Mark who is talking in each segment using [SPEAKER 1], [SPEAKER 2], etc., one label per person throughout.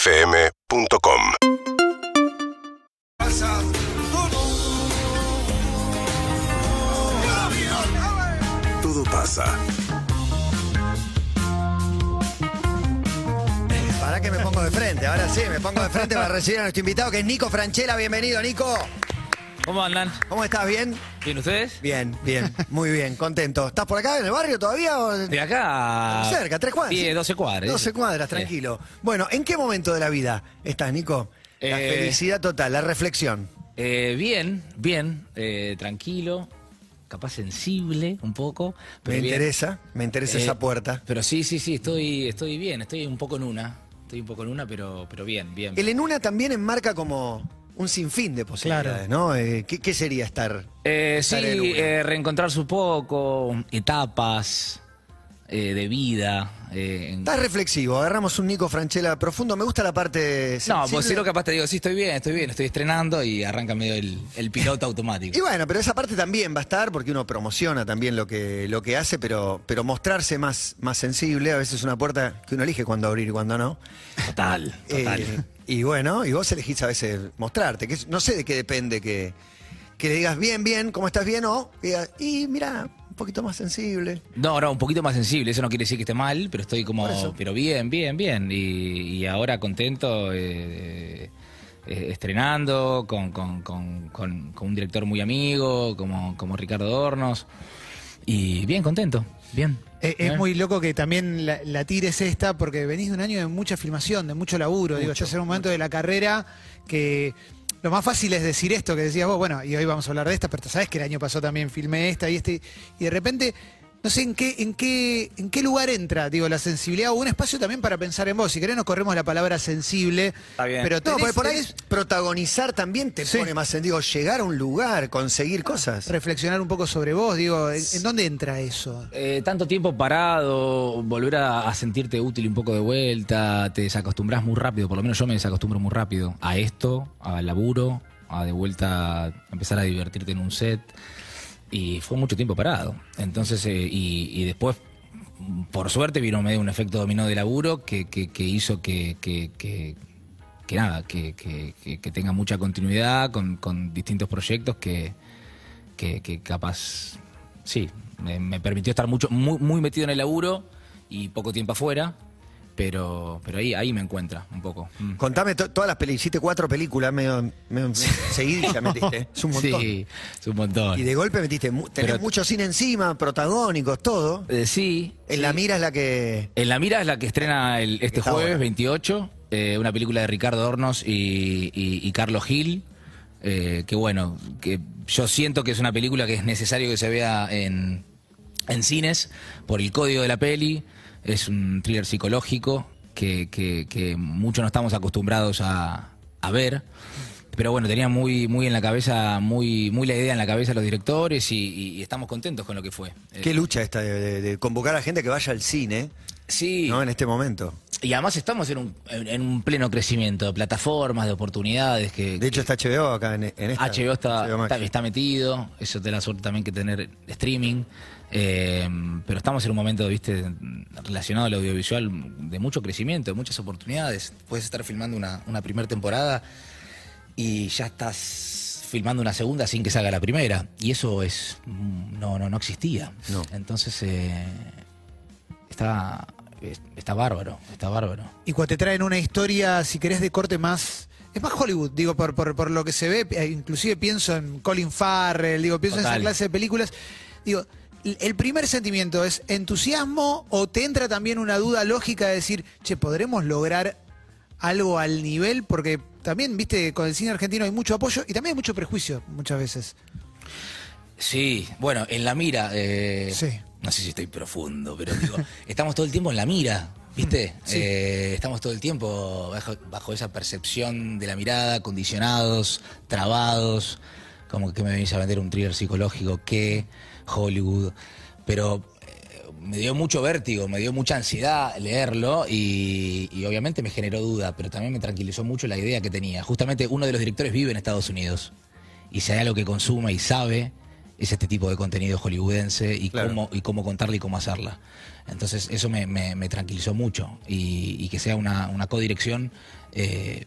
[SPEAKER 1] UrbanaPlayFM.com Todo pasa
[SPEAKER 2] Para que me pongo de frente, ahora sí, me pongo de frente para recibir a nuestro invitado que es Nico Franchella. Bienvenido, Nico.
[SPEAKER 3] ¿Cómo andan?
[SPEAKER 2] ¿Cómo estás? ¿Bien?
[SPEAKER 3] ¿Bien ustedes?
[SPEAKER 2] Bien, bien, muy bien, contento. ¿Estás por acá en el barrio todavía? o-
[SPEAKER 3] De acá.
[SPEAKER 2] Cerca, tres Ah, cuadras.
[SPEAKER 3] 10, 12 cuadras.
[SPEAKER 2] 12 cuadras, tranquilo. Bueno, ¿en qué momento de la vida estás, Nico? La
[SPEAKER 3] Eh,
[SPEAKER 2] felicidad total, la reflexión.
[SPEAKER 3] Eh, bien, bien, eh, tranquilo, capaz sensible un poco. Pero
[SPEAKER 2] Me
[SPEAKER 3] bien.
[SPEAKER 2] interesa, me interesa
[SPEAKER 3] Eh,
[SPEAKER 2] esa puerta.
[SPEAKER 3] Pero sí, sí, sí, estoy, estoy bien, estoy un poco en una. Estoy un poco en una, pero, pero bien, bien.
[SPEAKER 2] El en una también enmarca como un sinfín de posibilidades, ¿no? Eh, ¿qué, qué sería estar?
[SPEAKER 3] Eh, sí,
[SPEAKER 2] Estar en una.
[SPEAKER 3] eh, reencontrarse un poco, etapas eh, de vida. eh, en-
[SPEAKER 2] Estás reflexivo, agarramos un Nico Franchella profundo. Me gusta la parte.
[SPEAKER 3] No,
[SPEAKER 2] sensible.
[SPEAKER 3] pues si no, capaz te digo, sí, estoy bien, estoy bien, estoy estrenando y arranca medio el, el piloto automático.
[SPEAKER 2] Y bueno, pero esa parte también va a estar porque uno promociona también lo que, lo que hace, pero, pero mostrarse más, más sensible a veces es una puerta que uno elige cuándo abrir y cuándo no.
[SPEAKER 3] Total, total.
[SPEAKER 2] Eh, y bueno, y vos elegís a veces mostrarte, que es- no sé de qué depende que, que le digas bien, bien, cómo estás bien, o que digas, y mira, un poquito más sensible.
[SPEAKER 3] No, no, un poquito más sensible. Eso no quiere decir que esté mal, pero estoy
[SPEAKER 2] Por eso.
[SPEAKER 3] como. Pero bien, bien, bien. Y, y ahora contento, eh, eh, estrenando con, con- con- con- con un director muy amigo, como, como Ricardo Hornos. Y bien, contento, bien.
[SPEAKER 4] Eh, Es,
[SPEAKER 3] Bien.
[SPEAKER 4] muy loco que también la, la tires esta, porque venís de un año de mucha filmación, de mucho laburo. Digo,
[SPEAKER 2] Mucho,
[SPEAKER 4] estás en un momento de la carrera que lo más fácil es decir esto, que decías vos, bueno, y hoy vamos a hablar de esta, pero sabes que el año pasado también filmé esta y este, y de repente, no sé en qué, en qué, en qué lugar entra, digo, la sensibilidad o un espacio también para pensar en vos. Si querés nos corremos la palabra sensible,
[SPEAKER 3] Está bien.
[SPEAKER 4] pero
[SPEAKER 2] No,
[SPEAKER 4] tenés-
[SPEAKER 2] porque por ahí
[SPEAKER 4] tenés-
[SPEAKER 2] protagonizar también te
[SPEAKER 4] Sí.
[SPEAKER 2] pone más sentido, llegar a un lugar, conseguir cosas.
[SPEAKER 4] reflexionar un poco sobre vos, digo, ¿en, en dónde entra eso?
[SPEAKER 3] Eh, tanto tiempo parado, volver a, a sentirte útil un poco de vuelta, te desacostumbras muy rápido, por lo menos yo me desacostumbro muy rápido a esto, al laburo, a de vuelta empezar a divertirte en un set. Y fue mucho tiempo parado. Entonces, eh, y, y después, por suerte, vino medio un efecto dominó de laburo que, que- que hizo que, que- que- que nada, que, que- que- que tenga mucha continuidad con, con distintos proyectos que, que, que capaz, sí, me, me permitió estar mucho, muy, muy metido en el laburo y poco tiempo afuera, pero, pero ahí, ahí me encuentra un poco. Mm.
[SPEAKER 2] Contame to- todas las películas, hiciste cuatro películas, medio, medio seguidillas metiste, es un montón.
[SPEAKER 3] Sí, es un montón.
[SPEAKER 2] Y de golpe metiste, mu- tenés
[SPEAKER 3] Pero-
[SPEAKER 2] mucho cine encima, protagónicos, todo.
[SPEAKER 3] Eh, sí.
[SPEAKER 2] En
[SPEAKER 3] sí.
[SPEAKER 2] la mira es la que.
[SPEAKER 3] En la mira es la que estrena el- este
[SPEAKER 2] Está
[SPEAKER 3] jueves
[SPEAKER 2] buena.
[SPEAKER 3] 28, eh, una película de Ricardo Hornos y, y- y Carlos Gil. eh, que bueno, que yo siento que es una película que es necesario que se vea en, en cines por el código de la peli. Es un thriller psicológico que, que, que muchos no estamos acostumbrados a, a ver. Pero bueno, tenía muy, muy en la cabeza, muy, muy la idea en la cabeza los directores y, y- y estamos contentos con lo que fue. Eh,
[SPEAKER 2] Qué lucha esta de, de- de convocar a gente que vaya al cine,
[SPEAKER 3] sí.
[SPEAKER 2] ¿no? En este momento.
[SPEAKER 3] Y además estamos en un, en, en un pleno crecimiento de plataformas, de oportunidades que...
[SPEAKER 2] De hecho, está HBO acá en, en esta.
[SPEAKER 3] HBO está,
[SPEAKER 2] Max.
[SPEAKER 3] está, está metido, eso te da la suerte también que tener streaming, eh, pero estamos en un momento, viste, relacionado al audiovisual de mucho crecimiento, de muchas oportunidades. Puedes estar filmando una, una primera temporada y ya estás filmando una segunda sin que salga la primera. Y eso es... mm, No, no, no existía.
[SPEAKER 2] No.
[SPEAKER 3] Entonces, eh, está, eh, está bárbaro, está bárbaro.
[SPEAKER 4] Y cuando te traen una historia, si querés, de corte más... Es más Hollywood, digo, por, por, por lo que se ve. eh, Inclusive pienso en Colin Farrell, digo, pienso en
[SPEAKER 3] Total.
[SPEAKER 4] esa clase de películas. Digo, l- el primer sentimiento es entusiasmo o te entra también una duda lógica de decir, che, ¿podremos lograr algo al nivel? Porque también, viste, con el cine argentino hay mucho apoyo y también hay mucho prejuicio muchas veces.
[SPEAKER 3] Sí, bueno, en la mira. eh,
[SPEAKER 4] Sí.
[SPEAKER 3] No sé si estoy profundo, pero digo, estamos todo el tiempo en la mira, ¿viste? Eh, estamos todo el tiempo bajo, bajo esa percepción de la mirada, condicionados, trabados, como que me venís a vender un thriller psicológico que Hollywood. Pero eh, me dio mucho vértigo, me dio mucha ansiedad leerlo y, y obviamente me generó duda, pero también me tranquilizó mucho la idea que tenía. Justamente uno de los directores vive en Estados Unidos y si hay algo que consume y sabe es este tipo de contenido hollywoodense y,
[SPEAKER 2] Claro.
[SPEAKER 3] cómo, y cómo contarla y cómo hacerla. Entonces eso me, me- me tranquilizó mucho y, y que sea una, una codirección eh,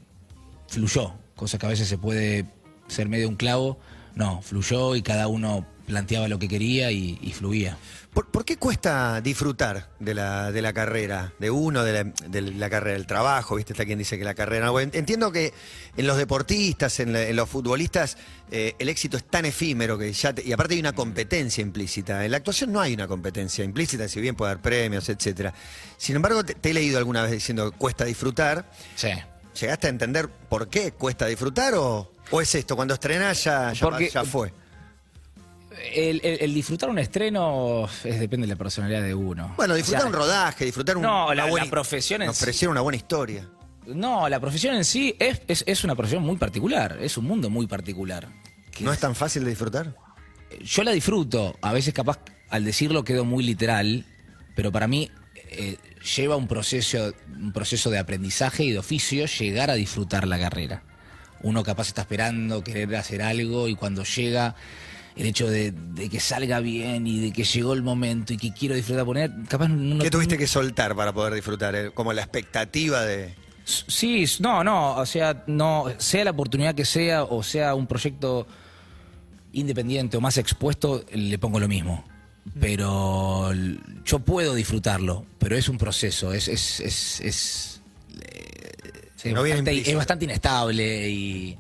[SPEAKER 3] fluyó, cosa que a veces se puede ser medio un clavo, no, fluyó y cada uno planteaba lo que quería y- y fluía.
[SPEAKER 2] ¿Por, por qué cuesta disfrutar de la, de la carrera, de uno, de la, de la carrera, del trabajo? ¿Viste? Está quien dice que la carrera. bueno, Entiendo que en los deportistas, en, la- en los futbolistas, eh, el éxito es tan efímero que ya. te- y aparte hay una competencia implícita. En la actuación no hay una competencia implícita, si bien puede dar premios, etcétera. Sin embargo, te, te he leído alguna vez diciendo que cuesta disfrutar.
[SPEAKER 3] Sí.
[SPEAKER 2] ¿Llegaste a entender por qué cuesta disfrutar o, o es esto? Cuando estrenás ya, ya,
[SPEAKER 3] Porque-
[SPEAKER 2] ya fue.
[SPEAKER 3] El, el- el disfrutar un estreno es, depende de la personalidad de uno.
[SPEAKER 2] Bueno, disfrutar
[SPEAKER 3] O sea,
[SPEAKER 2] un rodaje, disfrutar un,
[SPEAKER 3] No, la-
[SPEAKER 2] una buena
[SPEAKER 3] la profesión en
[SPEAKER 2] nos
[SPEAKER 3] sí.
[SPEAKER 2] ofrecieron una buena historia.
[SPEAKER 3] No, la profesión en sí es, es- es una profesión muy particular, es un mundo muy particular. Que
[SPEAKER 2] ¿No es tan fácil de disfrutar?
[SPEAKER 3] Yo la disfruto, a veces capaz al decirlo quedo muy literal, pero para mí eh, lleva un proceso, un proceso de aprendizaje y de oficio llegar a disfrutar la carrera. Uno capaz está esperando querer hacer algo y cuando llega el hecho de, de que salga bien y de que llegó el momento y que quiero disfrutar poner, capaz no,
[SPEAKER 2] ¿Qué tuviste que soltar para poder disfrutar? Eh, Como la expectativa de...
[SPEAKER 3] Sí, s- no, no, o sea, no, sea la oportunidad que sea o sea un proyecto independiente o más expuesto, le pongo lo mismo. Pero l- yo puedo disfrutarlo, pero es un proceso, es, es, es, es, eh, es
[SPEAKER 2] No viene
[SPEAKER 3] bastante,
[SPEAKER 2] implícito.
[SPEAKER 3] es bastante inestable y...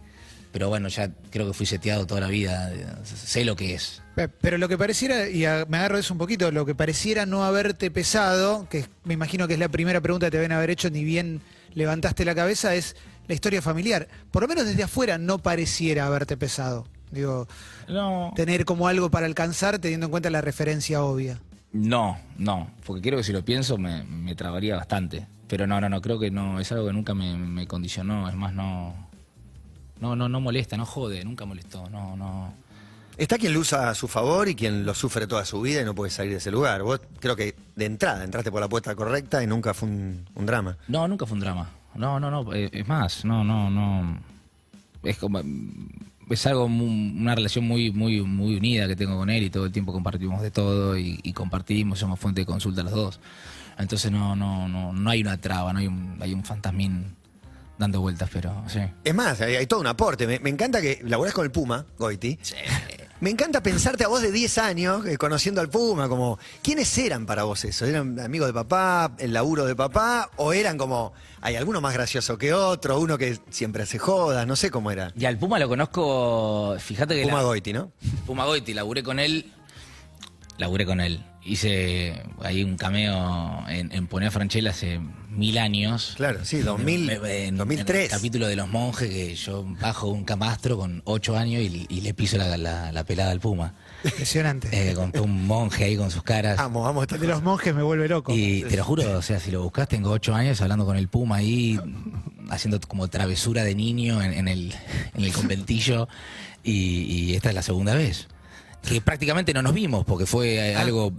[SPEAKER 3] Pero bueno, ya creo que fui seteado toda la vida, eh, sé lo que es.
[SPEAKER 4] Pe- Pero lo que pareciera, y a- me agarro de eso un poquito, lo que pareciera no haberte pesado, que es- me imagino que es la primera pregunta que te deben haber hecho, ni bien levantaste la cabeza, es la historia familiar. Por lo menos desde afuera no pareciera haberte pesado. Digo,
[SPEAKER 3] No,
[SPEAKER 4] tener como algo para alcanzar teniendo en cuenta la referencia obvia.
[SPEAKER 3] No, no, porque creo que si lo pienso me, me trabaría bastante. Pero no, no, no, creo que no, es algo que nunca me, me condicionó, es más, no, no, no, no molesta, no jode, nunca molestó, no, no.
[SPEAKER 2] Está quien lo usa a su favor y quien lo sufre toda su vida y no puede salir de ese lugar. Vos creo que de entrada entraste por la puerta correcta y nunca fue un, un drama.
[SPEAKER 3] No, nunca fue un drama. No, no, no, eh, es más, no, no, no. Es como, es algo, mu- una relación muy, muy, muy unida que tengo con él y todo el tiempo compartimos de todo y, y compartimos, somos fuente de consulta los dos. Entonces no, no, no, no hay una traba, no hay un, hay un fantasmín dando vueltas, pero sí.
[SPEAKER 2] Es más, hay, hay todo un aporte. Me, me encanta que laburás con el Puma, Goiti. Me encanta pensarte a vos de 10 años, eh, conociendo al Puma, como, ¿quiénes eran para vos eso? ¿Eran amigos de papá, el laburo de papá? ¿O eran como, hay alguno más gracioso que otro, uno que siempre hace jodas? No sé cómo era.
[SPEAKER 3] Y al Puma lo conozco, fíjate que...
[SPEAKER 2] Puma
[SPEAKER 3] la-
[SPEAKER 2] Goiti, ¿no?
[SPEAKER 3] Puma Goiti, laburé con él. Laburé con él. Hice ahí un cameo en, en Poner Franchella hace mil años.
[SPEAKER 2] Claro, sí, 2000,
[SPEAKER 3] En- en-
[SPEAKER 2] 2003.
[SPEAKER 3] En el capítulo de Los Monjes, que yo bajo un camastro con ocho años y, y le piso la, la- la pelada al Puma.
[SPEAKER 4] Impresionante.
[SPEAKER 3] Eh, con todo un monje ahí con sus caras.
[SPEAKER 2] Amo, amo esta
[SPEAKER 4] El de los monjes me vuelve loco.
[SPEAKER 3] Y te lo juro, o sea, si lo buscas, tengo ocho años hablando con el Puma ahí, haciendo como travesura de niño en, en el, en el conventillo. Y, y esta es la segunda vez. Que prácticamente no nos vimos, porque fue eh, algo.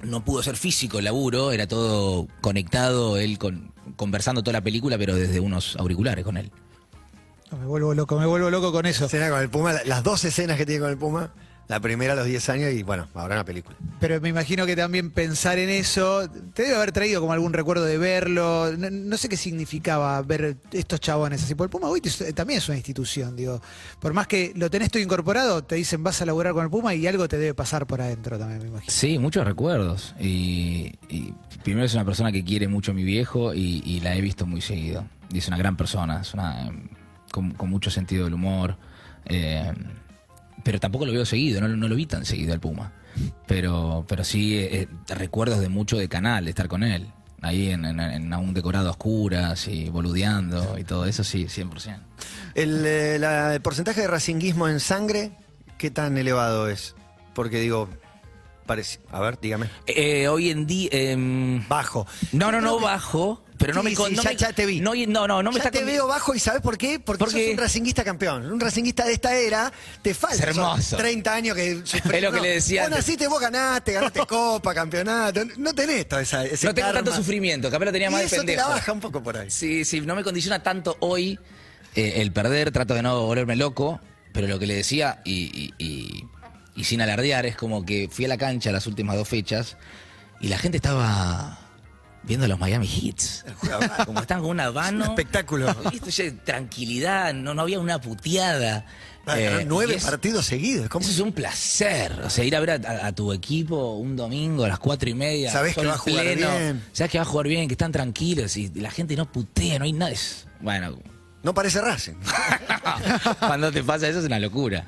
[SPEAKER 3] No pudo ser físico el laburo, era todo conectado, él con- conversando toda la película, pero desde unos auriculares con él.
[SPEAKER 4] No, me vuelvo loco, me vuelvo loco con eso.
[SPEAKER 2] escena con el Puma, la- las dos escenas que tiene con el Puma, la primera a los 10 años y bueno, ahora una película.
[SPEAKER 4] Pero me imagino que también pensar en eso te debe haber traído como algún recuerdo de verlo. No, no sé qué significaba ver estos chabones así. Porque el Puma Goiti es- eh, también es una institución, digo. Por más que lo tenés todo incorporado, te dicen vas a laburar con el Puma y algo te debe pasar por adentro también, me imagino.
[SPEAKER 3] Sí, muchos recuerdos. Y, y primero es una persona que quiere mucho a mi viejo y, y la he visto muy seguido. Y es una gran persona, es una, em, con, con mucho sentido del humor. eh, pero tampoco lo veo seguido, no, lo- no lo vi tan seguido al Puma. Pero, pero sí, eh, eh, recuerdos de mucho de canal, de estar con él. Ahí en, en, en un decorado a oscuras y boludeando y todo eso, sí, 100%.
[SPEAKER 2] El, eh, la- el porcentaje de racinguismo en sangre, ¿qué tan elevado es? Porque digo, parece, a ver, dígame,
[SPEAKER 3] Eh, hoy en día... em,
[SPEAKER 2] bajo.
[SPEAKER 3] no, no,
[SPEAKER 2] Yo creo
[SPEAKER 3] no,
[SPEAKER 2] que-
[SPEAKER 3] bajo. Pero no
[SPEAKER 2] Sí,
[SPEAKER 3] me... con-
[SPEAKER 2] sí,
[SPEAKER 3] no
[SPEAKER 2] ya-
[SPEAKER 3] me-
[SPEAKER 2] ya te vi.
[SPEAKER 3] No, no, no, no me
[SPEAKER 2] ya
[SPEAKER 3] está
[SPEAKER 2] te
[SPEAKER 3] con-
[SPEAKER 2] veo bajo y ¿sabes por qué? Porque,
[SPEAKER 3] Porque-
[SPEAKER 2] sos un racinguista campeón, un racinguista de esta era, te falta
[SPEAKER 3] Es hermoso.
[SPEAKER 2] 30 años que
[SPEAKER 3] Es lo que le decía
[SPEAKER 2] Vos
[SPEAKER 3] antes.
[SPEAKER 2] naciste, vos ganaste, ganaste copa, campeonato, no tenés toda esa ese
[SPEAKER 3] No tengo tanto
[SPEAKER 2] karma.
[SPEAKER 3] sufrimiento, capaz lo tenía
[SPEAKER 2] Y
[SPEAKER 3] más de
[SPEAKER 2] eso te
[SPEAKER 3] pendejo.
[SPEAKER 2] la baja un poco por ahí.
[SPEAKER 3] Sí, sí, no me condiciona tanto hoy eh, el perder, trato de no volverme loco, pero lo que le decía, y, y- y- y sin alardear, es como que fui a la cancha las últimas dos fechas y la gente estaba viendo los Miami Heats. Como están con un
[SPEAKER 2] Un
[SPEAKER 3] habano.
[SPEAKER 2] espectáculo.
[SPEAKER 3] Y Esto ya es tranquilidad, no, no había una puteada.
[SPEAKER 2] Va a ganar
[SPEAKER 3] Eh,
[SPEAKER 2] Ah, nueve
[SPEAKER 3] y es-
[SPEAKER 2] partidos seguidos. ¿Cómo
[SPEAKER 3] Eso es un placer. O sea, ir a ver a, a- a tu equipo un domingo a las cuatro y media.
[SPEAKER 2] Sabés
[SPEAKER 3] sol
[SPEAKER 2] que va a jugar bien.
[SPEAKER 3] Sabés que va a jugar bien, que están tranquilos y la gente no putea, no hay nada. Es- bueno,
[SPEAKER 2] No parece Racing.
[SPEAKER 3] cuando te pasa eso es una locura.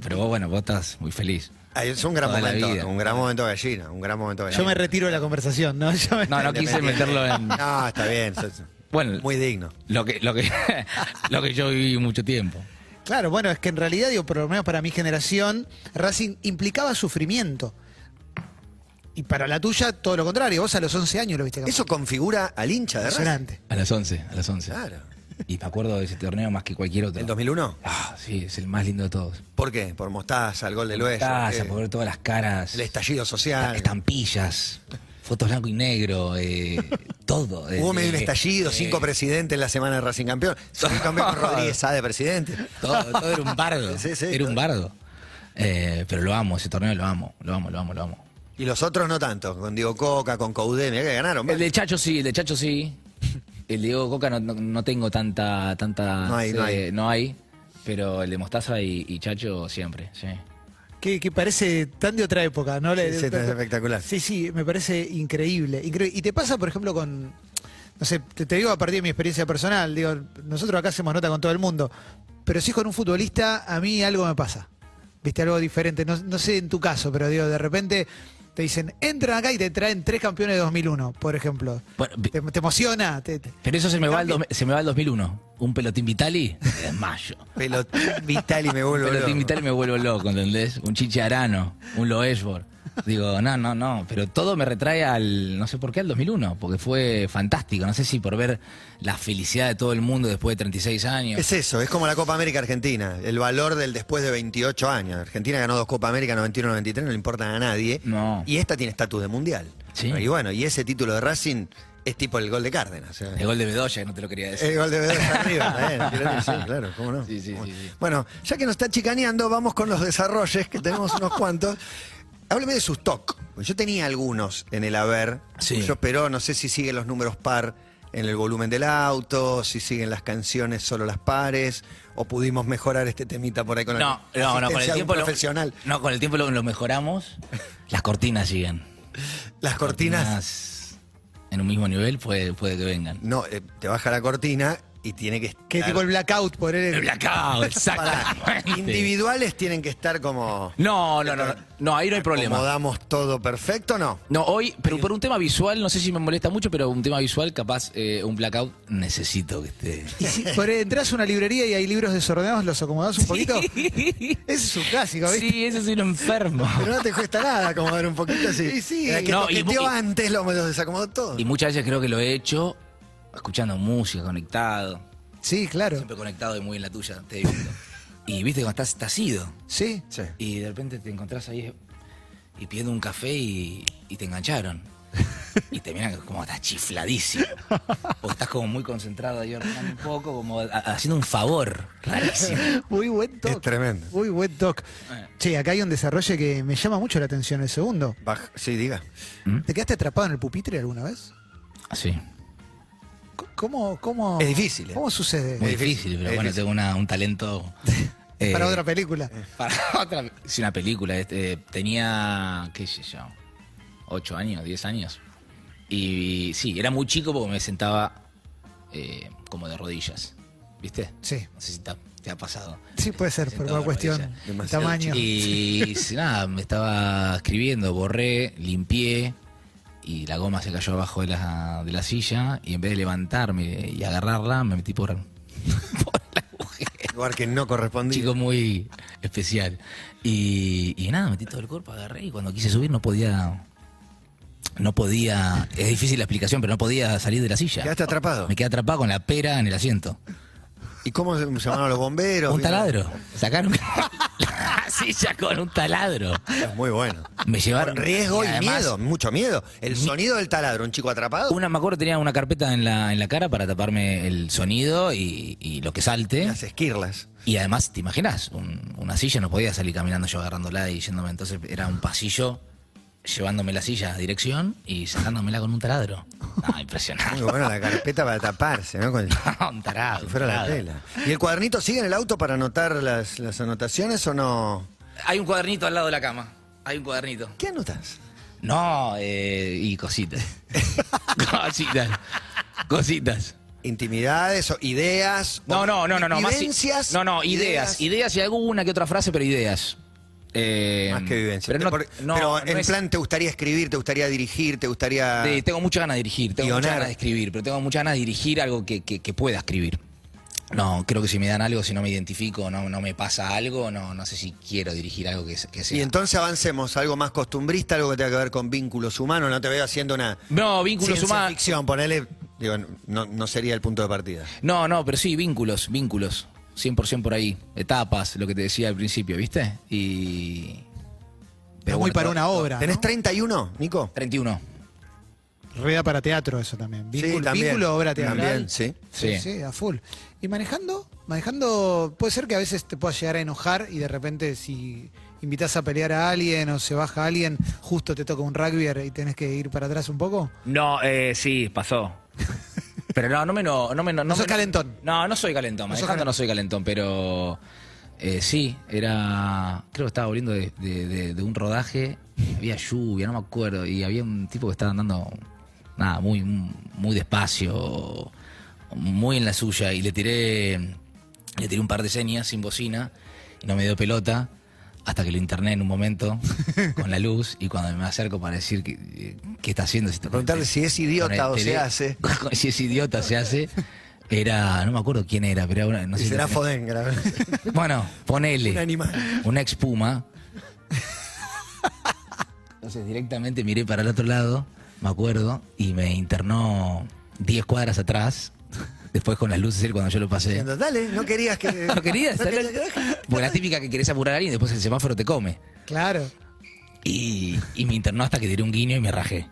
[SPEAKER 3] Pero vos, bueno, vos estás muy feliz.
[SPEAKER 2] Ah, Es un gran
[SPEAKER 3] Toda la vida.
[SPEAKER 2] momento, un gran momento de gallina, un gran momento de
[SPEAKER 4] Yo me
[SPEAKER 2] gallina.
[SPEAKER 4] retiro de la conversación, ¿no? Yo me-
[SPEAKER 3] No, no quise meterlo en.
[SPEAKER 2] No, está bien. sos-
[SPEAKER 3] Bueno,
[SPEAKER 2] Muy digno.
[SPEAKER 3] lo que, lo que, lo que yo viví mucho tiempo.
[SPEAKER 4] Claro, bueno, es que en realidad, digo, por lo menos para mi generación, Racing implicaba sufrimiento. Y para la tuya, todo lo contrario. Vos a los 11 años lo viste campeón.
[SPEAKER 2] Eso configura al hincha de Racing.
[SPEAKER 4] Impresionante.
[SPEAKER 3] A las 11, a las 11.
[SPEAKER 2] Claro.
[SPEAKER 3] Y me acuerdo de ese torneo más que cualquier otro.
[SPEAKER 2] ¿El 2001?
[SPEAKER 3] Ah, sí, es el más lindo de todos.
[SPEAKER 2] ¿Por qué? Por Mostaza, el gol de Luis.
[SPEAKER 3] Casa, por ver todas las caras.
[SPEAKER 2] El estallido social.
[SPEAKER 3] Estampillas, fotos blanco y negro, eh, todo.
[SPEAKER 2] Hubo medio un
[SPEAKER 3] Eh,
[SPEAKER 2] estallido,
[SPEAKER 3] eh,
[SPEAKER 2] cinco presidentes en la semana de Racing Campeón. Racing Campeón con Rodríguez Sá de presidente.
[SPEAKER 3] Todo, todo era un bardo.
[SPEAKER 2] Sí, sí,
[SPEAKER 3] era
[SPEAKER 2] todo.
[SPEAKER 3] un bardo. Eh, pero lo amo, ese torneo lo amo, lo amo, lo amo, lo amo.
[SPEAKER 2] Y los otros no tanto, con Diego Coca, con Coudé, mirá que ganaron.
[SPEAKER 3] El
[SPEAKER 2] ¿vale?
[SPEAKER 3] de Chacho sí, el de Chacho sí. El de Diego Coca no, no- no tengo tanta, tanta.
[SPEAKER 2] No hay, no
[SPEAKER 3] eh,
[SPEAKER 2] hay.
[SPEAKER 3] no hay, Pero el de Mostaza y, y Chacho siempre, sí.
[SPEAKER 4] Que, que parece tan de otra época, ¿no? Le-
[SPEAKER 2] Sí, sí, es espectacular.
[SPEAKER 4] Sí, sí, me parece increíble, increíble. Y te pasa, por ejemplo, con. No sé, te, te digo a partir de mi experiencia personal, digo, nosotros acá hacemos nota con todo el mundo, pero si es con un futbolista, a mí algo me pasa. Viste, algo diferente. No, no sé en tu caso, pero digo, de repente te dicen, entran acá y te traen tres campeones de 2001, por ejemplo.
[SPEAKER 3] Bueno, vi-
[SPEAKER 4] Te, te emociona. te- te-
[SPEAKER 3] pero eso se me, va al dos- se me va al 2001. Un pelotín Vitali, me desmayo.
[SPEAKER 2] Pelotín Vitali me vuelvo
[SPEAKER 3] Pero te
[SPEAKER 2] loco.
[SPEAKER 3] invitar y me vuelvo loco, ¿entendés? Un chicharano, un Loesbor. Digo, no, no, no, pero todo me retrae al, no sé por qué, al 2001, porque fue fantástico. No sé si por ver la felicidad de todo el mundo después de 36 años.
[SPEAKER 2] Es eso, es como la Copa América Argentina, el valor del después de 28 años. Argentina ganó dos Copa América 91-93, no le importa a nadie.
[SPEAKER 3] No.
[SPEAKER 2] Y esta tiene estatus de mundial.
[SPEAKER 3] Sí.
[SPEAKER 2] Y bueno, y ese título de Racing es tipo el gol de Cárdenas. ¿eh?
[SPEAKER 3] El gol de Bedoya, que no te lo quería decir.
[SPEAKER 2] El gol de Bedoya arriba, también, quiero decir, sí, claro, cómo no.
[SPEAKER 3] Sí, sí, sí, sí.
[SPEAKER 2] Bueno, ya que nos está chicaneando, vamos con los desarrollos, que tenemos unos cuantos. Hábleme de sus TOC. Yo tenía algunos en el haber,
[SPEAKER 3] Sí.
[SPEAKER 2] yo, pero no sé si siguen los números par en el volumen del auto, si siguen las canciones solo las pares, o pudimos mejorar este temita por ahí con
[SPEAKER 3] No,
[SPEAKER 2] la
[SPEAKER 3] no, no, con el
[SPEAKER 2] asistencia de un
[SPEAKER 3] tiempo lo,
[SPEAKER 2] profesional.
[SPEAKER 3] no, con el tiempo lo, lo mejoramos. Las cortinas siguen.
[SPEAKER 2] Las cortinas,
[SPEAKER 3] Cortinas En un mismo nivel puede, puede que vengan.
[SPEAKER 2] no, eh, te baja la cortina y tiene que estar...
[SPEAKER 4] que tipo el blackout por
[SPEAKER 3] El
[SPEAKER 4] él.
[SPEAKER 3] blackout,
[SPEAKER 2] Pará,
[SPEAKER 3] exactamente.
[SPEAKER 2] individuales tienen que estar como...
[SPEAKER 3] No, no, no, no, no, ahí no hay problema.
[SPEAKER 2] acomodamos todo perfecto, no.
[SPEAKER 3] No, hoy, pero por un tema visual, no sé si me molesta mucho, pero un tema visual, capaz, eh, un blackout, necesito que esté.
[SPEAKER 4] Y si por él entras a una librería y hay libros desordenados, los acomodás un poquito. Ese es un clásico, ¿viste?
[SPEAKER 3] Sí, eso sí lo enfermo.
[SPEAKER 2] Pero no te cuesta nada acomodar un poquito así.
[SPEAKER 4] Sí, sí.
[SPEAKER 2] Era que
[SPEAKER 3] No, y
[SPEAKER 2] toqueteó
[SPEAKER 3] mu- y-
[SPEAKER 2] antes, lo, lo desacomodó todo.
[SPEAKER 3] Y muchas veces creo que lo he hecho escuchando música, conectado.
[SPEAKER 4] Sí, claro.
[SPEAKER 3] Siempre conectado y muy en la tuya, te he visto. Y viste cuando estás, estás ido.
[SPEAKER 4] Sí.
[SPEAKER 2] Sí.
[SPEAKER 3] Y de repente te encontrás ahí y pidiendo un café y, y te engancharon. Y te miran como estás chifladísimo. O estás como muy concentrado ahí ordenando un poco, como a- a- haciendo un favor. Rarísimo.
[SPEAKER 4] Muy buen toque.
[SPEAKER 2] Es tremendo.
[SPEAKER 4] Muy buen toque. Che, acá hay un desarrollo que me llama mucho la atención el segundo.
[SPEAKER 2] Baj- sí, diga.
[SPEAKER 4] ¿Te quedaste atrapado en el pupitre alguna vez?
[SPEAKER 3] Sí.
[SPEAKER 4] C- ¿Cómo, cómo,
[SPEAKER 2] Es difícil, eh.
[SPEAKER 4] ¿Cómo sucede?
[SPEAKER 3] Muy
[SPEAKER 2] Es difícil,
[SPEAKER 3] difícil, pero
[SPEAKER 2] es
[SPEAKER 3] bueno,
[SPEAKER 2] difícil.
[SPEAKER 3] tengo una- un talento. eh,
[SPEAKER 4] Para otra película.
[SPEAKER 3] Para otra. Es una película. este, eh, tenía, qué sé yo, 8 años, 10 años. Y, sí, era muy chico porque me sentaba eh, como de rodillas. ¿Viste?
[SPEAKER 4] Sí.
[SPEAKER 3] No sé si te ha, te ha pasado.
[SPEAKER 4] Sí, puede ser, por
[SPEAKER 3] Sentado
[SPEAKER 4] una
[SPEAKER 3] de
[SPEAKER 4] cuestión
[SPEAKER 3] rodillas.
[SPEAKER 4] de
[SPEAKER 2] Demasiado
[SPEAKER 4] tamaño.
[SPEAKER 3] Y sí, nada, me estaba escribiendo, borré, limpié y la goma se cayó abajo de la, de la silla y en vez de levantarme y agarrarla, me metí por, por el agujero.
[SPEAKER 2] Lugar que no
[SPEAKER 3] Un
[SPEAKER 2] correspondía.
[SPEAKER 3] chico muy especial. Y, y nada, metí todo el cuerpo, agarré y cuando quise subir no podía. No podía. Es difícil la explicación, pero no podía salir de la silla.
[SPEAKER 2] Quedaste atrapado.
[SPEAKER 3] Me quedé atrapado con la pera en el asiento.
[SPEAKER 2] ¿Y cómo se llamaron los bomberos?
[SPEAKER 3] Un taladro. Sacaron. silla con un taladro.
[SPEAKER 2] Es muy bueno.
[SPEAKER 3] Me llevaron.
[SPEAKER 2] Con riesgo y,
[SPEAKER 3] además,
[SPEAKER 2] miedo, mucho miedo. El sonido del taladro, un chico atrapado.
[SPEAKER 3] Una, me acuerdo, tenía una carpeta en la, en la cara para taparme el sonido y, y lo que salte.
[SPEAKER 2] Las esquirlas.
[SPEAKER 3] Y además, ¿te imaginas? Un- una silla no podía salir caminando yo agarrándola y yéndome. Entonces era un pasillo llevándome la silla a dirección y sacándomela con un taladro. No,
[SPEAKER 2] Muy
[SPEAKER 3] impresionante.
[SPEAKER 2] bueno, la carpeta para taparse, ¿no? Con el-
[SPEAKER 3] un tarado.
[SPEAKER 2] si fuera la
[SPEAKER 3] tarado.
[SPEAKER 2] tela. ¿Y el cuadernito sigue en el auto para anotar las, las anotaciones o no?
[SPEAKER 3] Hay un cuadernito al lado de la cama. Hay un cuadernito.
[SPEAKER 2] ¿Qué anotas?
[SPEAKER 3] No, eh, y cositas. cositas. Cositas.
[SPEAKER 2] ¿Intimidades o ideas?
[SPEAKER 3] No,
[SPEAKER 2] o
[SPEAKER 3] no, no, no, no. más i-
[SPEAKER 2] vivencias,
[SPEAKER 3] no, no, ideas. Ideas y alguna que otra frase, pero ideas. Eh,
[SPEAKER 2] Más que vivencias.
[SPEAKER 3] Pero, no,
[SPEAKER 2] Por-
[SPEAKER 3] no,
[SPEAKER 2] pero
[SPEAKER 3] no
[SPEAKER 2] en
[SPEAKER 3] es-
[SPEAKER 2] plan, ¿te gustaría escribir? ¿Te gustaría dirigir? ¿Te
[SPEAKER 4] Ah.
[SPEAKER 2] gustaría...?
[SPEAKER 3] Sí, tengo mucha ganas de dirigir, tengo muchas
[SPEAKER 2] Guionar.
[SPEAKER 3] ganas de escribir, pero tengo muchas ganas de dirigir algo que, que- que pueda escribir. No, creo que si me dan algo, si no me identifico, no, no me pasa algo, no, no sé si quiero dirigir algo que, se- que sea.
[SPEAKER 2] Y entonces avancemos, algo más costumbrista, algo que tenga que ver con vínculos humanos. No te veo haciendo una
[SPEAKER 3] no, vínculos
[SPEAKER 2] ciencia
[SPEAKER 3] humanos.
[SPEAKER 2] ficción, ponele... Digo, no, no sería el punto de partida.
[SPEAKER 3] No, no, pero sí, vínculos, vínculos. 100% por ahí. Etapas, lo que te decía al principio, ¿viste? Y.
[SPEAKER 4] es muy
[SPEAKER 3] bueno,
[SPEAKER 4] para
[SPEAKER 3] todo-
[SPEAKER 4] una obra. ¿no?
[SPEAKER 2] ¿Tenés 31, Nico?
[SPEAKER 3] 31.
[SPEAKER 4] Reda para teatro eso también.
[SPEAKER 2] Sí,
[SPEAKER 4] Vínculo,
[SPEAKER 2] también.
[SPEAKER 4] vínculo, obra teatral.
[SPEAKER 2] También, sí.
[SPEAKER 4] Sí.
[SPEAKER 3] Sí.
[SPEAKER 4] sí, a full. Y manejando, manejando, puede ser que a veces te puedas llegar a enojar y de repente si invitas a pelear a alguien o se baja alguien, justo te toca un rugbyer y tenés que ir para atrás un poco.
[SPEAKER 3] No, eh, sí, pasó. Pero no, no me no, no me no,
[SPEAKER 4] No sos
[SPEAKER 3] me-
[SPEAKER 4] calentón.
[SPEAKER 3] No, no soy calentón.
[SPEAKER 4] No sos
[SPEAKER 3] Manejando no soy calentón, pero eh, sí, era. Creo que estaba volviendo de, de- de- de un rodaje. Había lluvia, no me acuerdo. Y había un tipo que estaba andando nada, muy, muy despacio, muy en la suya. Y le tiré. Le tiré un par de señas sin bocina. Y no me dio pelota. Hasta que lo interné en un momento con la luz. Y cuando me acerco para decir que- eh, qué está haciendo. Si
[SPEAKER 2] Preguntarle si es idiota
[SPEAKER 3] con
[SPEAKER 2] o
[SPEAKER 3] el
[SPEAKER 2] se
[SPEAKER 3] tele-
[SPEAKER 2] hace.
[SPEAKER 3] si es idiota se hace. Era, no me acuerdo quién era, pero era una- no
[SPEAKER 2] Y
[SPEAKER 3] sé si-
[SPEAKER 2] será Fodengra.
[SPEAKER 3] Bueno,
[SPEAKER 2] Un
[SPEAKER 3] ponele.
[SPEAKER 2] animal.
[SPEAKER 3] Una expuma. Entonces directamente miré para el otro lado, me acuerdo, y me internó 10 cuadras atrás. Después con las luces él cuando yo lo pasé.
[SPEAKER 2] Diciendo, Dale, no querías que.
[SPEAKER 3] No quería estar.
[SPEAKER 2] quería que-
[SPEAKER 3] Bueno, la típica que querés apurar a alguien, después el semáforo te come.
[SPEAKER 4] Claro.
[SPEAKER 3] Y, y me internó hasta que tiré un guiño y me rajé.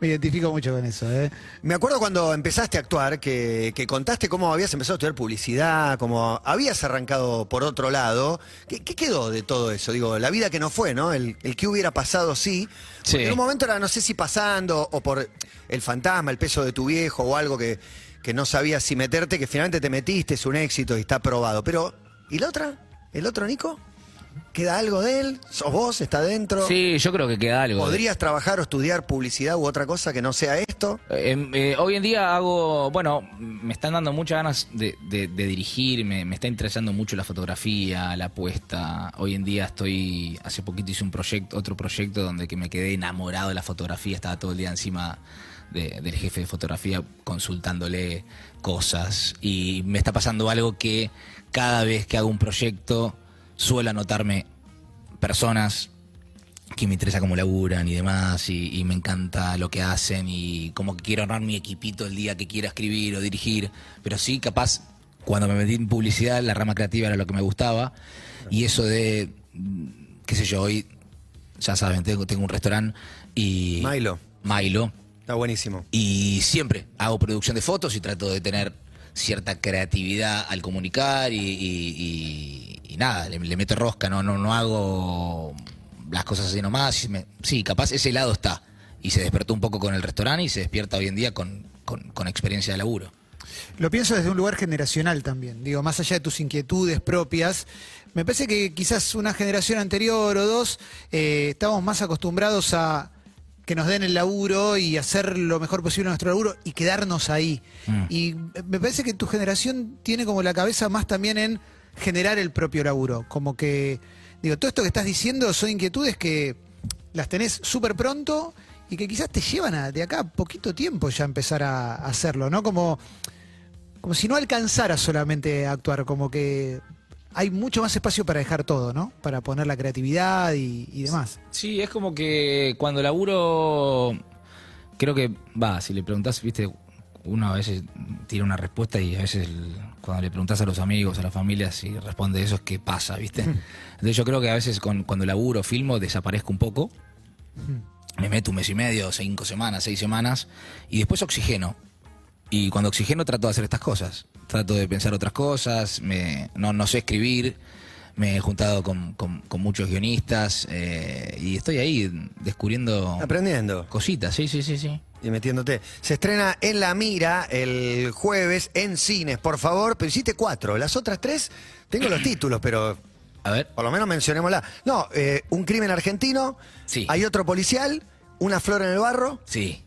[SPEAKER 4] Me identifico mucho con eso, ¿eh?
[SPEAKER 2] Me acuerdo cuando empezaste a actuar que, que contaste cómo habías empezado a estudiar publicidad, cómo habías arrancado por otro lado. ¿Qué, qué quedó de todo eso? Digo, la vida que no fue, ¿no? El, el que hubiera pasado sí.
[SPEAKER 3] Sí.
[SPEAKER 2] En un momento era, no sé si pasando o por el fantasma, el peso de tu viejo o algo que, que no sabías si meterte, que finalmente te metiste, es un éxito y está probado. Pero, ¿y la otra? ¿El otro Nico? ¿Queda algo de él? ¿Sos vos? ¿Está dentro?
[SPEAKER 3] Sí, yo creo que queda algo.
[SPEAKER 2] ¿Podrías trabajar o estudiar publicidad u otra cosa que no sea esto?
[SPEAKER 3] Eh, eh, hoy en día hago, bueno, me están dando muchas ganas de, de- de dirigir, me, me está interesando mucho la fotografía, la apuesta. Hoy en día estoy, hace poquito hice un proyecto, otro proyecto donde que me quedé enamorado de la fotografía, estaba todo el día encima de- del jefe de fotografía consultándole cosas y me está pasando algo que cada vez que hago un proyecto suelo anotarme personas que me interesa cómo laburan y demás, y, y me encanta lo que hacen, y como que quiero armar mi equipito el día que quiera escribir o dirigir, pero sí, capaz, cuando me metí en publicidad, la rama creativa era lo que me gustaba, y eso de, mm, qué sé yo, hoy, ya saben, tengo, tengo un restaurante y...
[SPEAKER 2] Milo.
[SPEAKER 3] Milo,
[SPEAKER 2] Está buenísimo.
[SPEAKER 3] y siempre hago producción de fotos y trato de tener cierta creatividad al comunicar y, y- y- y nada, le, le meto rosca, no, no, no hago las cosas así nomás. y me- sí, capaz ese lado está. Y se despertó un poco con el restaurante y se despierta hoy en día con, con- con experiencia de laburo.
[SPEAKER 4] Lo pienso desde un lugar generacional también, digo, más allá de tus inquietudes propias. Me parece que quizás una generación anterior o dos eh, estábamos más acostumbrados a que nos den el laburo y hacer lo mejor posible nuestro laburo y quedarnos ahí. Y me parece que tu generación tiene como la cabeza más también en generar el propio laburo. Como que, digo, todo esto que estás diciendo son inquietudes que las tenés súper pronto y que quizás te llevan a, de acá a poquito tiempo ya empezar a, a hacerlo, ¿no? Como como si no alcanzara solamente a actuar, como que hay mucho más espacio para dejar todo, ¿no? Para poner la creatividad y, y demás.
[SPEAKER 3] Sí, es como que cuando laburo, creo que, va, si le preguntás, viste, uno a veces tira una respuesta y a veces el- cuando le preguntas a los amigos, a la familia, si responde eso es que pasa, ¿viste? Entonces yo creo que a veces con- cuando laburo, filmo, desaparezco un poco. Me meto un mes y medio, cinco semanas, seis semanas, y después oxigeno. Y cuando oxigeno trato de hacer estas cosas. Trato de pensar otras cosas, me, no, no sé escribir, me he juntado con, con- con muchos guionistas eh, y estoy ahí descubriendo
[SPEAKER 2] Aprendiendo
[SPEAKER 3] cositas, sí, sí, sí, sí.
[SPEAKER 2] y metiéndote. Se estrena en La Mira el jueves en cines, por favor. Pero hiciste cuatro. Las otras tres, tengo los títulos, pero
[SPEAKER 3] A ver,
[SPEAKER 2] por lo menos mencionémosla. No, eh, un crimen argentino.
[SPEAKER 3] Sí.
[SPEAKER 2] Hay otro policial. Una flor en el barro.
[SPEAKER 3] sí.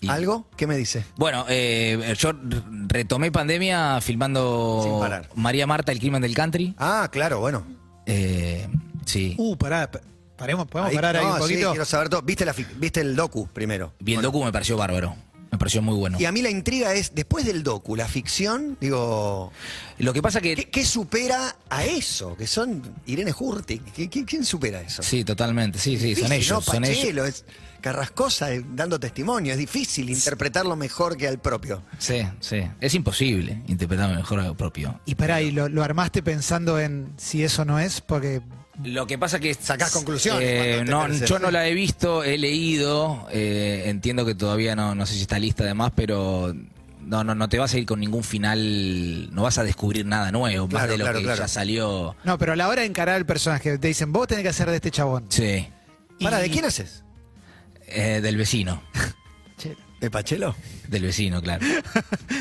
[SPEAKER 3] Y-
[SPEAKER 2] ¿Algo? ¿Qué me dice?
[SPEAKER 3] Bueno, eh, yo r- retomé pandemia filmando
[SPEAKER 2] Sin parar.
[SPEAKER 3] María Marta, el crimen del country.
[SPEAKER 2] Ah, claro, bueno.
[SPEAKER 3] Eh, sí.
[SPEAKER 4] Uh, pará, pa- paremos, podemos
[SPEAKER 2] Ahí-
[SPEAKER 4] parar ahí
[SPEAKER 2] no,
[SPEAKER 4] un
[SPEAKER 2] sí,
[SPEAKER 4] poquito.
[SPEAKER 2] quiero saber todo. ¿Viste, la fi- ¿Viste el docu primero?
[SPEAKER 3] Vi el docu, me pareció bárbaro. Me pareció muy bueno.
[SPEAKER 2] Y a mí la intriga es, después del docu, la ficción, digo,
[SPEAKER 3] Lo que pasa que...
[SPEAKER 2] ¿qué, qué supera a eso? Que son Irene Hurtig, ¿qué- qué- ¿quién supera eso?
[SPEAKER 3] Sí, totalmente. Sí, sí, son
[SPEAKER 2] Difícil,
[SPEAKER 3] ellos.
[SPEAKER 2] ¿no?
[SPEAKER 3] son ellos.
[SPEAKER 2] Pachelo, es Carrascosa eh, dando testimonio, es difícil interpretarlo mejor que al propio.
[SPEAKER 3] Sí, sí. Es imposible interpretar mejor a lo propio.
[SPEAKER 4] Y pará, ¿y lo, lo armaste pensando en si eso no es? Porque
[SPEAKER 3] Lo que pasa que...
[SPEAKER 2] Sacás conclusiones
[SPEAKER 3] eh,
[SPEAKER 2] cuando te
[SPEAKER 3] no,
[SPEAKER 2] parece.
[SPEAKER 3] yo no la he visto, he leído, eh, entiendo que todavía no, no sé si está lista además, pero no, no, no te vas a ir con ningún final, no vas a descubrir nada nuevo, más
[SPEAKER 2] Claro,
[SPEAKER 3] de lo
[SPEAKER 2] claro,
[SPEAKER 3] que
[SPEAKER 2] claro.
[SPEAKER 3] ya salió.
[SPEAKER 4] No, pero a la hora de encarar al personaje, te dicen, vos tenés que hacer de este chabón.
[SPEAKER 3] Sí,
[SPEAKER 2] Para, ¿de quién haces?
[SPEAKER 3] eh, del vecino,
[SPEAKER 4] Che,
[SPEAKER 2] ¿De Pachelo?
[SPEAKER 3] del vecino, claro.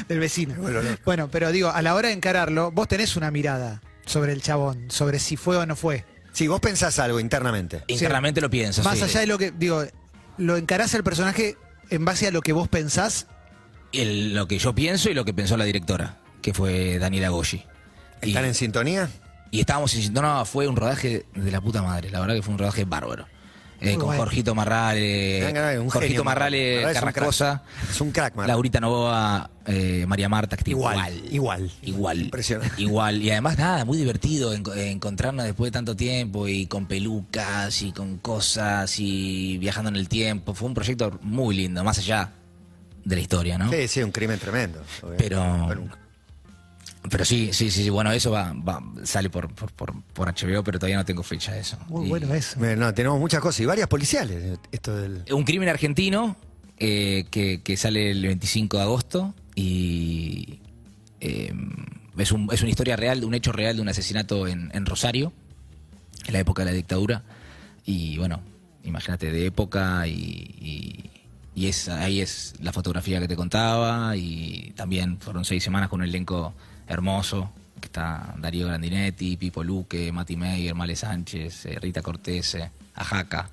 [SPEAKER 4] Del vecino.
[SPEAKER 2] Bueno, no.
[SPEAKER 4] Bueno, pero digo, a la hora de encararlo, vos tenés una mirada sobre el chabón, sobre si fue o no fue.
[SPEAKER 2] Sí, vos pensás algo internamente.
[SPEAKER 3] Internamente lo pienso.
[SPEAKER 4] Más
[SPEAKER 3] sí.
[SPEAKER 4] allá de lo que, digo, lo encarás al personaje en base a lo que vos pensás.
[SPEAKER 3] El- lo que yo pienso y lo que pensó la directora, que fue Daniela Goshi. Y-
[SPEAKER 2] ¿Están en sintonía?
[SPEAKER 3] Y estábamos en no, fue un rodaje de la puta madre, la verdad que fue un rodaje bárbaro. Eh,
[SPEAKER 4] Muy
[SPEAKER 3] con
[SPEAKER 4] bueno.
[SPEAKER 3] Jorgito Marrale,
[SPEAKER 2] Gran, gran, un
[SPEAKER 3] eh, Jorgito
[SPEAKER 2] genio,
[SPEAKER 3] Marrale,
[SPEAKER 2] Marrale es un crack.
[SPEAKER 3] Carrascosa,
[SPEAKER 2] Es un crack, man.
[SPEAKER 3] Laurita Novoa, eh, María Marta, que está
[SPEAKER 2] Igual, igual.
[SPEAKER 3] Igual.
[SPEAKER 2] Impresionante.
[SPEAKER 3] Igual. Y además, nada, muy divertido enco- eh, encontrarnos después de tanto tiempo y con pelucas y con cosas y viajando en el tiempo. Fue un proyecto muy lindo, más allá de la historia, ¿no?
[SPEAKER 2] Sí, sí, un crimen tremendo. obviamente.
[SPEAKER 3] Pero-
[SPEAKER 2] Fue nunca.
[SPEAKER 3] Pero sí, sí, sí, sí, bueno, eso va, va- sale por, por, por, por HBO, pero todavía no tengo fecha de eso.
[SPEAKER 4] Muy
[SPEAKER 3] Y-
[SPEAKER 4] bueno eso.
[SPEAKER 2] Bueno, no, tenemos muchas cosas y varias policiales. eh, Esto del.
[SPEAKER 3] Un crimen argentino eh, que, que sale el 25 de agosto y eh, es, un- es una historia real, un hecho real de un asesinato en, en Rosario, en la época de la dictadura. Y bueno, imagínate, de época y, y- y es, ahí es la fotografía que te contaba y también fueron seis semanas con un elenco hermoso. Que está Darío Grandinetti, Pipo Luque, Mati Meyer, Male Sánchez, eh, Rita Cortese, Ajaca.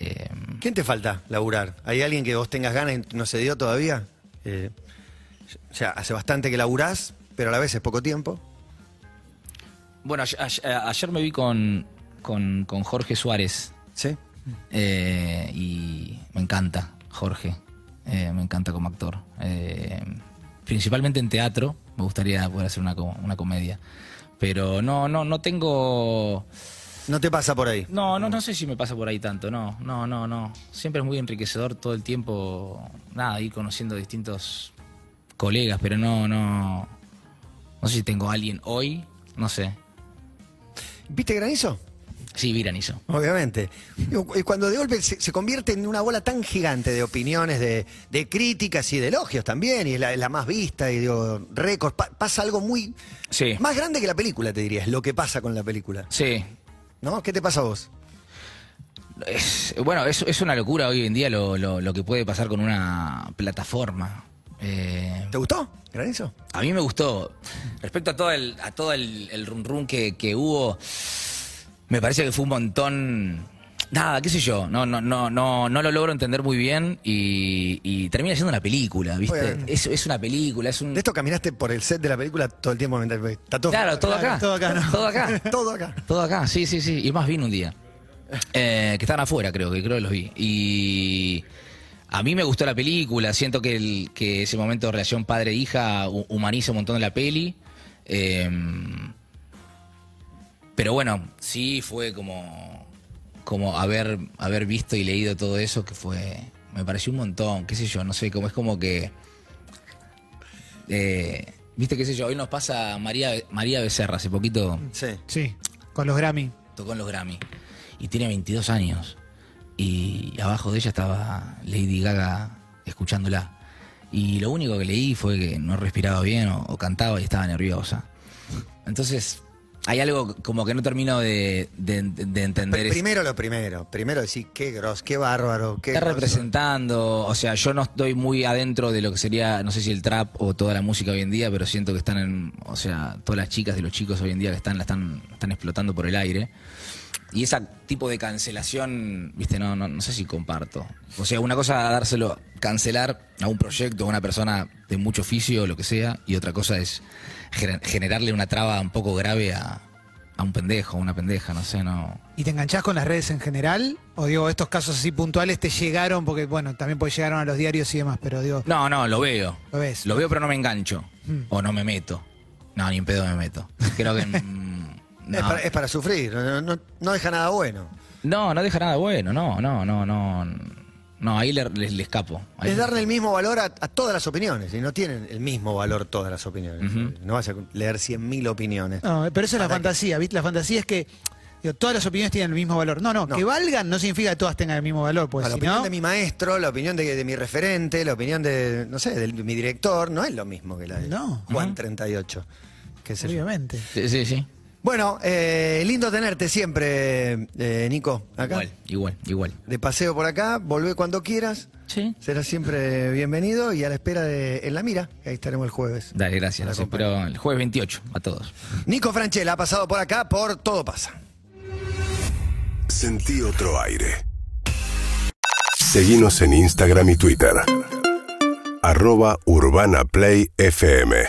[SPEAKER 3] eh,
[SPEAKER 2] ¿Quién te falta laburar? ¿Hay alguien que vos tengas ganas y no se dio todavía? Eh, o sea, hace bastante que laburás, pero a la vez es poco tiempo.
[SPEAKER 3] Bueno, ayer, ayer- eh, ayer me vi con, con, con Jorge Suárez
[SPEAKER 2] ¿Sí?
[SPEAKER 3] eh, y me encanta Jorge, eh, me encanta como actor. Eh, principalmente en teatro, me gustaría poder hacer una, co- una comedia. Pero no, no, no tengo...
[SPEAKER 2] No te pasa por ahí.
[SPEAKER 3] No, no, no sé si me pasa por ahí tanto, no, no, no, no. Siempre es muy enriquecedor todo el tiempo, nada, ir conociendo distintos colegas, pero no, no... No sé si tengo a alguien hoy, no sé.
[SPEAKER 2] ¿Viste granizo?
[SPEAKER 3] Sí, Viranizo.
[SPEAKER 2] Obviamente. Digo, cu- y Cuando de golpe se, se convierte en una bola tan gigante de opiniones, de, de críticas y de elogios también, y es la, es la más vista, y digo, récords, pa- pasa algo muy.
[SPEAKER 3] Sí.
[SPEAKER 2] Más grande que la película, te diría, es lo que pasa con la película.
[SPEAKER 3] Sí.
[SPEAKER 2] ¿No? ¿Qué te pasa a vos?
[SPEAKER 3] Es- bueno, es, es una locura hoy en día lo, lo- lo que puede pasar con una plataforma. Eh,
[SPEAKER 2] ¿Te gustó, Granizo?
[SPEAKER 3] a mí me gustó. Respecto a todo el, a todo el, el run run que, que hubo, me parece que fue un montón. Nada, qué sé yo. No, no, no, no, no lo logro entender muy bien y, y termina siendo una película, ¿viste?
[SPEAKER 2] Obviamente.
[SPEAKER 3] Es, es una película, es un.
[SPEAKER 2] De esto caminaste por el set de la película todo el tiempo mientras. Está todo.
[SPEAKER 3] Claro, todo
[SPEAKER 4] Claro,
[SPEAKER 3] acá.
[SPEAKER 4] todo acá, ¿no?
[SPEAKER 3] Todo acá.
[SPEAKER 2] Todo acá.
[SPEAKER 3] Todo acá, sí, sí, sí. Y más vino un día. Eh, que estaban afuera, creo, que creo que los vi. Y a mí me gustó la película. Siento que, el- que ese momento de relación padre-hija hu- humaniza un montón de la peli. Eh, pero bueno, sí fue como, como haber, haber visto y leído todo eso que fue... Me pareció un montón, qué sé yo, no sé, como es como que eh, viste qué sé yo, hoy nos pasa María, María Becerra, hace poquito
[SPEAKER 2] Sí.
[SPEAKER 4] Sí, con los Grammy.
[SPEAKER 3] tocó en los Grammy y tiene 22 años y abajo de ella estaba Lady Gaga escuchándola y lo único que leí fue que no respiraba bien o, o cantaba y estaba nerviosa. Entonces hay algo como que no termino de, de- de entender.
[SPEAKER 2] Pr-
[SPEAKER 3] es-
[SPEAKER 2] Primero lo primero. Primero decir qué gros, qué bárbaro, qué
[SPEAKER 3] Está
[SPEAKER 2] grosso.
[SPEAKER 3] representando, o sea, yo no estoy muy adentro de lo que sería, no sé si el trap o toda la música hoy en día, pero siento que están en, o sea, todas las chicas y los chicos hoy en día que están, la están, están explotando por el aire. Y ese tipo de cancelación, viste, no, no, no sé si comparto. O sea, una cosa dárselo, cancelar a un proyecto, a una persona de mucho oficio, lo que sea, y otra cosa es gener- generarle una traba un poco grave a, a un pendejo, a una pendeja, no sé, no.
[SPEAKER 4] ¿Y te enganchás con las redes en general? O digo, estos casos así puntuales te llegaron, porque bueno, también pues llegaron a los diarios y demás, pero digo,
[SPEAKER 3] No, no, lo veo.
[SPEAKER 4] Lo ves.
[SPEAKER 3] Lo veo, pero no me engancho.
[SPEAKER 2] Mm.
[SPEAKER 3] O no me meto. No, ni en pedo me meto. Creo que. mm,
[SPEAKER 2] Es,
[SPEAKER 3] no.
[SPEAKER 2] para, es para sufrir, no, no- no deja nada bueno.
[SPEAKER 3] no, no deja nada bueno. No, no, no, no. No, ahí le, le- le escapo. Ahí-
[SPEAKER 2] Es darle el mismo valor a, a todas las opiniones, y no tienen el mismo valor todas las opiniones. No vas a leer 100.000 opiniones.
[SPEAKER 4] No, eh, pero eso es la
[SPEAKER 2] Para
[SPEAKER 4] fantasía, ¿viste? La fantasía es que digo, todas las opiniones tienen el mismo valor. No, no,
[SPEAKER 2] No.
[SPEAKER 4] que valgan no significa que todas tengan el mismo valor, pues
[SPEAKER 2] la
[SPEAKER 4] si
[SPEAKER 2] opinión
[SPEAKER 4] no,
[SPEAKER 2] de mi maestro, la opinión de, de mi referente, la opinión de, no sé, de mi director, no es lo mismo que la de
[SPEAKER 4] No.
[SPEAKER 2] Juan 38. qué sé yo.
[SPEAKER 4] obviamente.
[SPEAKER 3] Sí, sí, sí.
[SPEAKER 2] Bueno, eh, lindo tenerte siempre, eh, Nico, acá.
[SPEAKER 3] Igual, igual, igual.
[SPEAKER 2] De paseo por acá, volvé cuando quieras.
[SPEAKER 3] Sí.
[SPEAKER 2] Serás siempre bienvenido y a la espera de En la Mira, que ahí estaremos el jueves.
[SPEAKER 3] Dale, gracias.
[SPEAKER 2] La
[SPEAKER 3] Los
[SPEAKER 2] acompaño.
[SPEAKER 3] espero el jueves 28 a todos.
[SPEAKER 2] Nico Franchella ha pasado por acá por Todo Pasa.
[SPEAKER 1] Sentí otro aire. Seguimos en Instagram y Twitter. Arroba Urbana Play FM.